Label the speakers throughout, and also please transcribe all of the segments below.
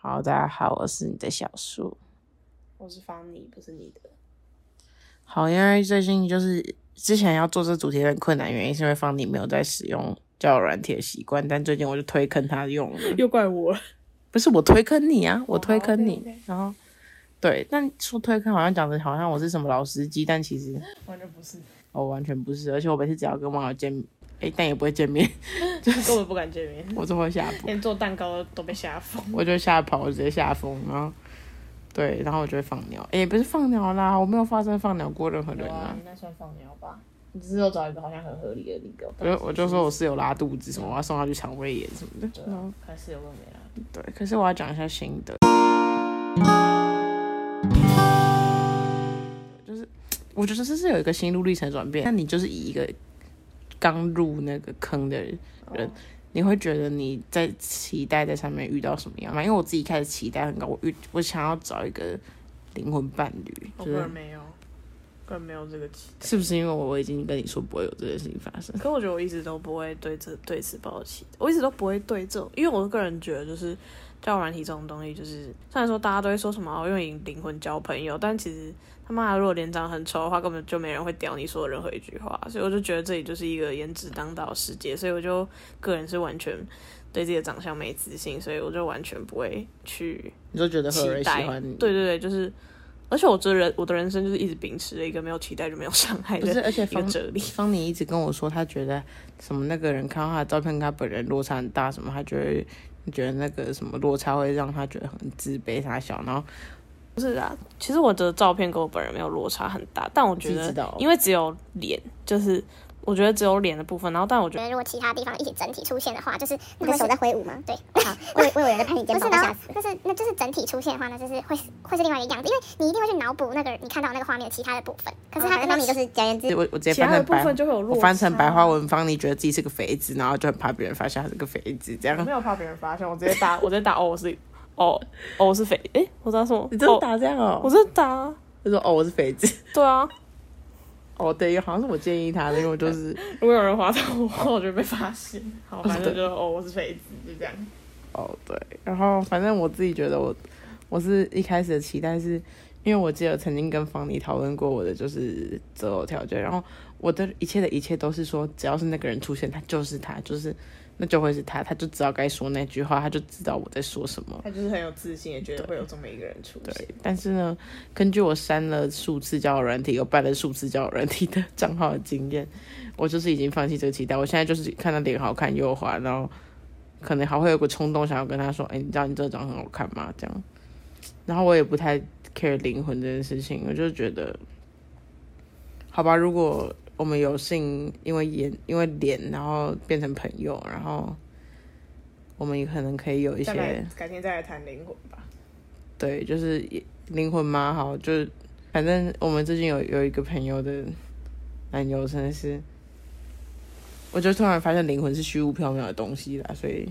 Speaker 1: 好，大家好，我是你的小树。
Speaker 2: 我是方你，不是你的。
Speaker 1: 好，因为最近就是之前要做这主题很困难，原因是因为方你没有在使用交友软体的习惯，但最近我就推坑他用了。
Speaker 2: 又怪我了。
Speaker 1: 不是我推坑你啊，我推坑你。
Speaker 2: OK，OK
Speaker 1: 然后，对，但说推坑好像讲的好像我是什么老司机，但其实
Speaker 2: 完全不是，
Speaker 1: 我、完全不是。而且我每次只要跟网友见，哎、但也不会见面，
Speaker 2: 根本不敢见面，
Speaker 1: 我就会吓跑，
Speaker 2: 连做蛋糕都被吓疯。
Speaker 1: 我就吓跑，我直接吓疯，然后。对，然后我就会放鸟，哎、不是放鸟啦，我没有发生放鸟过任何人啊。
Speaker 2: 应该算放鸟吧？你只是有找一个好像很合理的理由。
Speaker 1: 我就我就说我室友拉肚子什么，我要送他去肠胃炎什么的。
Speaker 2: 对
Speaker 1: 然后
Speaker 2: 啊，看室友问没啦。
Speaker 1: 对，可是我要讲一下心得，就是我觉得这是有一个心路历程转变。那你就是以一个刚入那个坑的人，人
Speaker 2: 哦
Speaker 1: 你会觉得你在期待在上面遇到什么样吗？因为我自己开始期待很高，我遇我想要找一个灵魂伴侣，
Speaker 2: 我
Speaker 1: 就
Speaker 2: 个
Speaker 1: 是
Speaker 2: 人哦没有，个人没有这个期待。
Speaker 1: 是不是因为我我已经跟你说不会有这件事情发生？
Speaker 2: 可我觉得我一直都不会对这对此抱有期待，我一直都不会对这种，因为我个人觉得就是交友软体这种东西，就是虽然说大家都会说什么哦用你灵魂交朋友，但其实他妈的如果脸长得很丑的话，根本就没人会屌你说的任何一句话，所以我就觉得这里就是一个颜值当道的世界，所以我就个人是完全对自己的长相没自信，所以我就完全不会去
Speaker 1: 你就觉得会有人
Speaker 2: 期
Speaker 1: 喜
Speaker 2: 待
Speaker 1: 欢你？
Speaker 2: 对对对，就是。而且我这人，我的人生就是一直秉持着一个没有期待就没有伤害
Speaker 1: 不
Speaker 2: 的
Speaker 1: 是，而且
Speaker 2: 一个
Speaker 1: 方
Speaker 2: 哲理。
Speaker 1: 方妮一直跟我说，她觉得什么那个人看到他的照片跟他本人落差很大，什么她觉得觉得那个什么落差会让她觉得很自卑，她小，然后
Speaker 2: 不是啊，其实我的照片跟我本人没有落差很大，但我觉
Speaker 1: 我自己知道
Speaker 2: 得，因为只有脸，就是我觉得只有脸的部分，然后但我觉
Speaker 3: 觉
Speaker 2: 得
Speaker 3: 得如果其他地方一起整体出现的话，就是
Speaker 4: 你
Speaker 3: 那
Speaker 4: 的
Speaker 3: 会
Speaker 4: 手
Speaker 3: 是
Speaker 4: 在挥舞吗？哦
Speaker 3: 对，
Speaker 4: 我以我有人在拍你
Speaker 3: 不
Speaker 4: 肩
Speaker 3: 是
Speaker 4: 膀，我
Speaker 3: 然
Speaker 4: 吓
Speaker 3: 后
Speaker 4: 死。
Speaker 3: 就是那就是整体出现的话，那就是会是会是另外一个样子，因为你一定会去脑补那个你看到那个画面其他的部分。
Speaker 4: 可
Speaker 3: 可是
Speaker 4: 是他
Speaker 3: 他跟
Speaker 4: 哦那
Speaker 3: 他
Speaker 4: 你就是简言之，
Speaker 1: 我我直接
Speaker 2: 其
Speaker 1: 翻
Speaker 2: 他的
Speaker 1: 成
Speaker 2: 部分
Speaker 1: 白，
Speaker 2: 就会有落
Speaker 1: 我
Speaker 2: 差。啊
Speaker 1: 翻成白话，文，方妮觉得自己是个肥子，然后就很怕别人发现她是个肥子，这
Speaker 2: 我
Speaker 1: 样
Speaker 2: 没。有怕别人发现，我直接打，我直接打哦，我是哦哦我是肥，诶，我知道什么？
Speaker 1: 你真的
Speaker 2: 哦？
Speaker 1: 打这样哦？
Speaker 2: 我真的打啊，
Speaker 1: 就说哦，我是肥子。
Speaker 2: 对啊。
Speaker 1: 哦，对，好像是我建议他的，因为我就是
Speaker 2: 如果有人划到我，我就会被发现。好，反
Speaker 1: 对
Speaker 2: 正就哦我是肥子，就这样。
Speaker 1: 哦，对，然后反正我自己觉得我，我是一开始的期待是，因为我记得曾经跟方妮讨论过我的就是择偶条件，然后我的一切的一切都是说，只要是那个人出现，他就是他，就是那就会是他，他就知道该说那句话，他就知道我在说什么。
Speaker 2: 他就是很有自信，也觉得会有这么一个人出现。
Speaker 1: 但是呢，根据我删了数次交友软体，又办了数次交友软体的账号的经验，我就是已经放弃这个期待。我现在就是看他脸好看又滑，然后可能还会有个冲动想要跟他说：“哎、你知道你这张很好看吗？”这样。然后我也不太 care 灵魂这件事情，我就觉得，好吧，如果我们有幸因为眼因为脸，然后变成朋友，然后我们也可能可以有一些
Speaker 2: 再来，改天再来谈灵魂吧。
Speaker 1: 对，就是也灵魂蛮好，就是反正我们最近有有一个朋友的男友，真的是，我就突然发现灵魂是虚无缥缈的东西啦，所以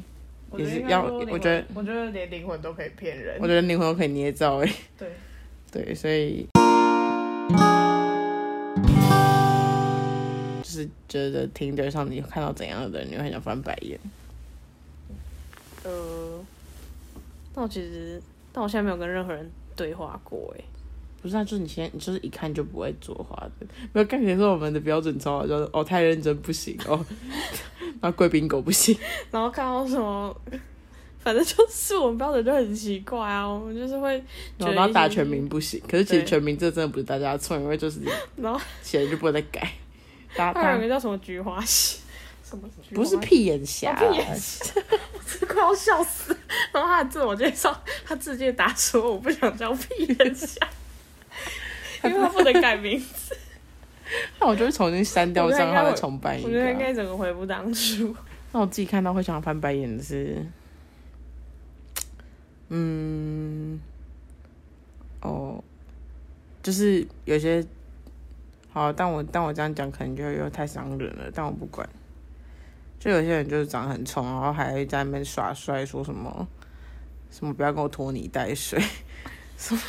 Speaker 2: 我
Speaker 1: 也
Speaker 2: 觉得
Speaker 1: 是
Speaker 2: 应该
Speaker 1: 要
Speaker 2: 说灵
Speaker 1: 我觉得
Speaker 2: 魂我觉得连灵魂都可以骗人。
Speaker 1: 我觉得灵魂都可以捏造诶、
Speaker 2: 对。
Speaker 1: 对，所以就是觉得 Tinder 上你看到怎样的人，你会很想翻白眼。
Speaker 2: 呃，但我其实，但我现在没有跟任何人对话过哎。
Speaker 1: 不是啊，就是你现在你就是一看就不会作画的，没有感觉说我们的标准超好，就是哦太认真不行哦， 然后贵宾狗不行。
Speaker 2: 然后看到什么，反正就是我们标准就很奇怪啊，我们就是会
Speaker 1: 然
Speaker 2: 觉得
Speaker 1: 后然后打
Speaker 2: 一些
Speaker 1: 全名，不行，可是其实
Speaker 2: 对
Speaker 1: 全名这真的不是大家的错，因为就是
Speaker 2: 然后
Speaker 1: 写了就不能再 改。大
Speaker 2: 还
Speaker 1: 大
Speaker 2: 有一个叫什么菊花蟹，什么菊花
Speaker 1: 不是屁眼侠
Speaker 2: 哦，屁眼虾，我真 的快要笑死。然后他的自我介绍，他直接打说我不想叫屁眼虾， 因为他不能改名字，
Speaker 1: 那我就会重新删掉
Speaker 2: 我觉得
Speaker 1: 账
Speaker 2: 应该
Speaker 1: 号
Speaker 2: 会
Speaker 1: 再重办一
Speaker 2: 我觉得应
Speaker 1: 个。
Speaker 2: 该整个回不当初。
Speaker 1: 那我自己看到会想要翻白眼的是，嗯，哦，就是有些好，但我但我这样讲可能就又太伤人了，但我不管。就有些人就是长得很丑，然后还在那边耍帅，说什么什么不要跟我拖泥带水， 什么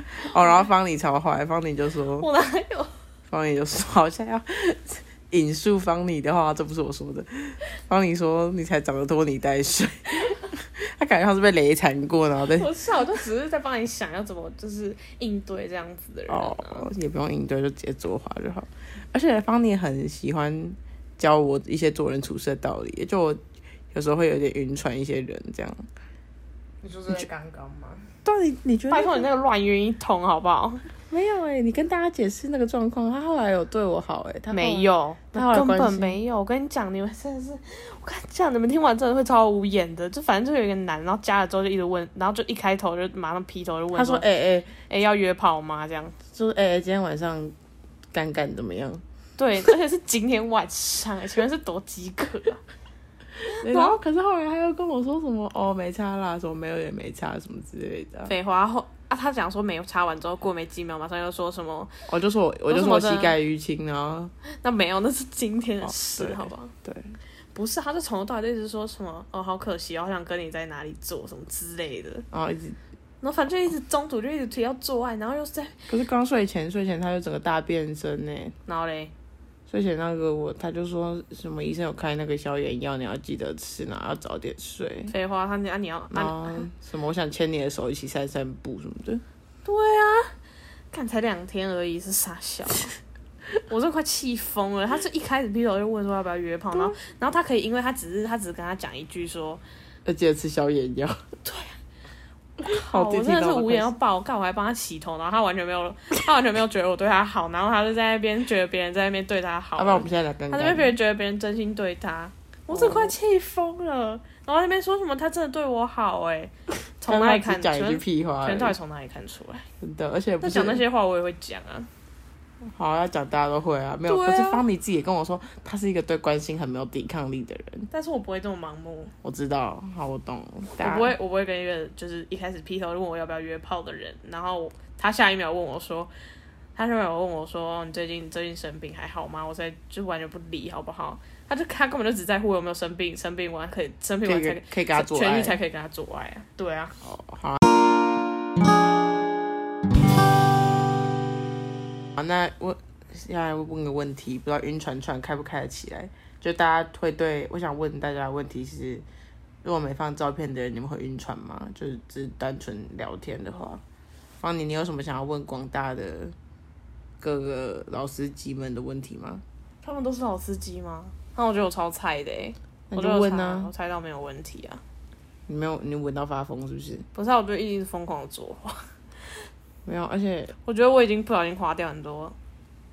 Speaker 1: 哦，然后方妮超坏，方妮就说
Speaker 2: 我哪有？
Speaker 1: 方妮就说好像要引述 方妮的话，这不是我说的。方妮说你才长得拖泥带水，他他感觉像是被雷残过，然后在
Speaker 2: 我是啊，我就只是在帮你想要怎么就是应对这样子的人、啊。
Speaker 1: 哦，也不用应对，就直接做法就好。而且方妮很喜欢教我一些做人处事的道理，就我有时候会有点晕船一些人这样。
Speaker 2: 你就是在刚刚吗？
Speaker 1: 到底你觉得
Speaker 2: 拜托你那个乱晕一通好不好？
Speaker 1: 没有哎、你跟大家解释那个状况，他后来有对我好哎、他后来
Speaker 2: 没，有，
Speaker 1: 那后来
Speaker 2: 根
Speaker 1: 关
Speaker 2: 本
Speaker 1: 系
Speaker 2: 没有。我跟你讲，你们真的是，我跟你讲，你们听完真的会超无言的。就反正就有一个男，然后加了之后就一直问，然后就一开头就马上劈头就问
Speaker 1: 他说哎哎、
Speaker 2: 哎、要约炮吗？”这样
Speaker 1: 就是哎、欸今天晚上干干怎么样？
Speaker 2: 对， 而且是今天晚上，哎请问是多饥渴啊？
Speaker 1: 然后可是后来他又跟我说什么哦没差啦，什么没有也没差什么之类的啊，
Speaker 2: 废话后啊，他讲说没有插完之后，过没几秒马上又说什么
Speaker 1: 我就说我我就说我膝盖淤青，然后
Speaker 2: 那没有，那是今天的
Speaker 1: 哦
Speaker 2: 事，
Speaker 1: 对
Speaker 2: 好不好？
Speaker 1: 对，
Speaker 2: 不是，他就从头到尾就一直说什么哦，好可惜哦，好想跟你在哪里做什么之类的，
Speaker 1: 然后一直
Speaker 2: 然后反正就一直中途就一直提到做爱，然后又在
Speaker 1: 可是刚睡前睡前他就整个大变身呢、
Speaker 2: 然后嘞，
Speaker 1: 睡前那个我他就说什么医生有开那个消炎药，你要记得吃，然后要早点睡。
Speaker 2: 废话，他你啊你要
Speaker 1: 然
Speaker 2: 啊，
Speaker 1: 后什么，我想牵你的手一起散散步什么的。
Speaker 2: 对啊，看才两天而已，是 傻笑啊、我都快气疯了。他是一开始劈头就问说要不要约炮，
Speaker 1: 嗯
Speaker 2: 然后然后他可以，因为他只是他只是跟他讲一句说，
Speaker 1: 要记得吃消炎药。对、啊，
Speaker 2: 哦，我真的是无言要爆，干我还帮他洗头，然后他完全没有，他完全没有觉得我对他好，然后他就在那边觉得别人在那边对他好，
Speaker 1: 啊要不然我们现在来干
Speaker 2: 他
Speaker 1: 干。
Speaker 2: 那边别人觉得别人真心对他，
Speaker 1: 哦
Speaker 2: 我这快气疯了。然后那边说什么他真的对我好 哎、从哪里看？
Speaker 1: 讲一句
Speaker 2: 全
Speaker 1: 屁话而
Speaker 2: 全
Speaker 1: 已？
Speaker 2: 到底从哪里看出来？
Speaker 1: 真的，而且不
Speaker 2: 那
Speaker 1: 是
Speaker 2: 讲那些话我也会讲啊。
Speaker 1: 好要讲大家都会啊，没有。
Speaker 2: 对啊
Speaker 1: 可是方你自己也跟我说，他是一个对关心很没有抵抗力的人。
Speaker 2: 但是我不会这么盲目，
Speaker 1: 我知道，好，我懂。
Speaker 2: 我
Speaker 1: 大家
Speaker 2: 不会，我不会跟一个就是一开始劈头就问我要不要约炮的人，然后我他下一秒问我说，他下一秒问我说，哦你最近最近生病还好吗？我才就完全不理，好不好？他就他根本就只在乎我有没有生病，生病完可以生病
Speaker 1: 可
Speaker 2: 完
Speaker 1: 以
Speaker 2: 才
Speaker 1: 跟可以跟他做
Speaker 2: 痊愈
Speaker 1: 爱。
Speaker 2: 才可以跟他做爱啊，对啊，
Speaker 1: 哦好啊。好，那我现在问个问题，不知道晕船船开不开得起来？就大家会对我想问大家的问题是：如果没放照片的人，你们会晕船吗？就是只是单纯聊天的话，方你你有什么想要问广大的各个老司机们的问题吗？
Speaker 2: 他们都是老司机吗？那我觉得我超菜的欸
Speaker 1: 那
Speaker 2: 我
Speaker 1: 就
Speaker 2: 觉得我
Speaker 1: 问
Speaker 2: 猜
Speaker 1: 啊
Speaker 2: 我，猜到没有问题啊，
Speaker 1: 你没有你闻到发疯是不是？
Speaker 2: 不是、啊，我就一直疯狂地作画，
Speaker 1: 没有，而且
Speaker 2: 我觉得我已经不小心花掉很多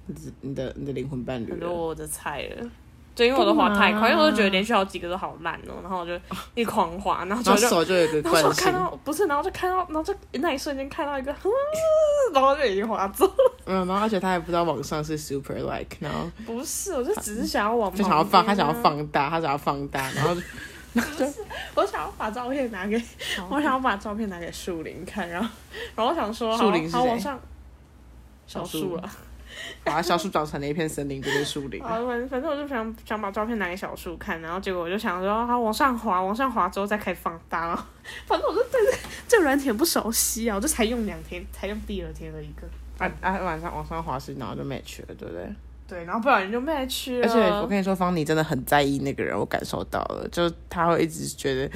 Speaker 1: 你的你的你的灵魂伴侣
Speaker 2: 很
Speaker 1: 了
Speaker 2: 多我的菜了。就因为我都滑太
Speaker 1: 干嘛
Speaker 2: 快，因为我就觉得连续好几个都好烂哦、然后我就一狂 滑，然后就
Speaker 1: 然后
Speaker 2: 就
Speaker 1: 手就有一个
Speaker 2: 然后
Speaker 1: 惯
Speaker 2: 就
Speaker 1: 性
Speaker 2: 看，到不是，然后就看到，然后就那一瞬间看到一个， 然后就已经滑走。
Speaker 1: 嗯，然后而且他还不知道网上是 super like，然后
Speaker 2: 不是，啊我就只是想要往、
Speaker 1: 就想要放，他想要，
Speaker 2: 啊
Speaker 1: 放大，他想要放大，然后就
Speaker 2: 我想要把照片拿给，我想要把照片拿给树林看，然后然后我想说，好
Speaker 1: 树林是
Speaker 2: 好
Speaker 1: 谁
Speaker 2: 往上，小
Speaker 1: 树
Speaker 2: 树了。
Speaker 1: 把小树长成了一片森林，这片树林。
Speaker 2: 啊，反反正我就想想把照片拿给小树看，然后结果我就想说，它往上滑，往上滑之后再开始放大了。反正我就对这这软体很不熟悉啊，我就才用两天，才用第二天的一个。
Speaker 1: 啊啊！晚上往上滑是，然后就 match 了，对不对？
Speaker 2: 对，然后不然就 match 了。
Speaker 1: 而且我跟你说，方妮真的很在意那个人，我感受到了，就是他会一直觉得，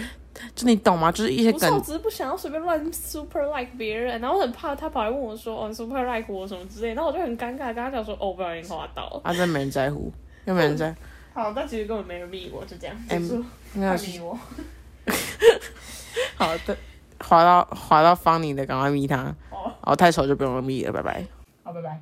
Speaker 1: 就你懂吗？就是一些
Speaker 2: 不是，我
Speaker 1: 梗，
Speaker 2: 只是不想要随便乱 super like 别人，然后我很怕他跑来问我说，哦你，super like 我什么之类，然后我就很尴尬，跟他讲说，哦，不小心滑到了。
Speaker 1: 啊，真的没人在乎，又没人在，
Speaker 2: 好，但其实根本没人理我，就这样，
Speaker 1: 哎
Speaker 2: 就是
Speaker 1: 没有
Speaker 2: 他理我。
Speaker 1: 好的，滑到滑到方妮的，赶快密他
Speaker 2: 哦。
Speaker 1: 哦，太丑就不用密了，拜拜。
Speaker 2: 好，拜拜。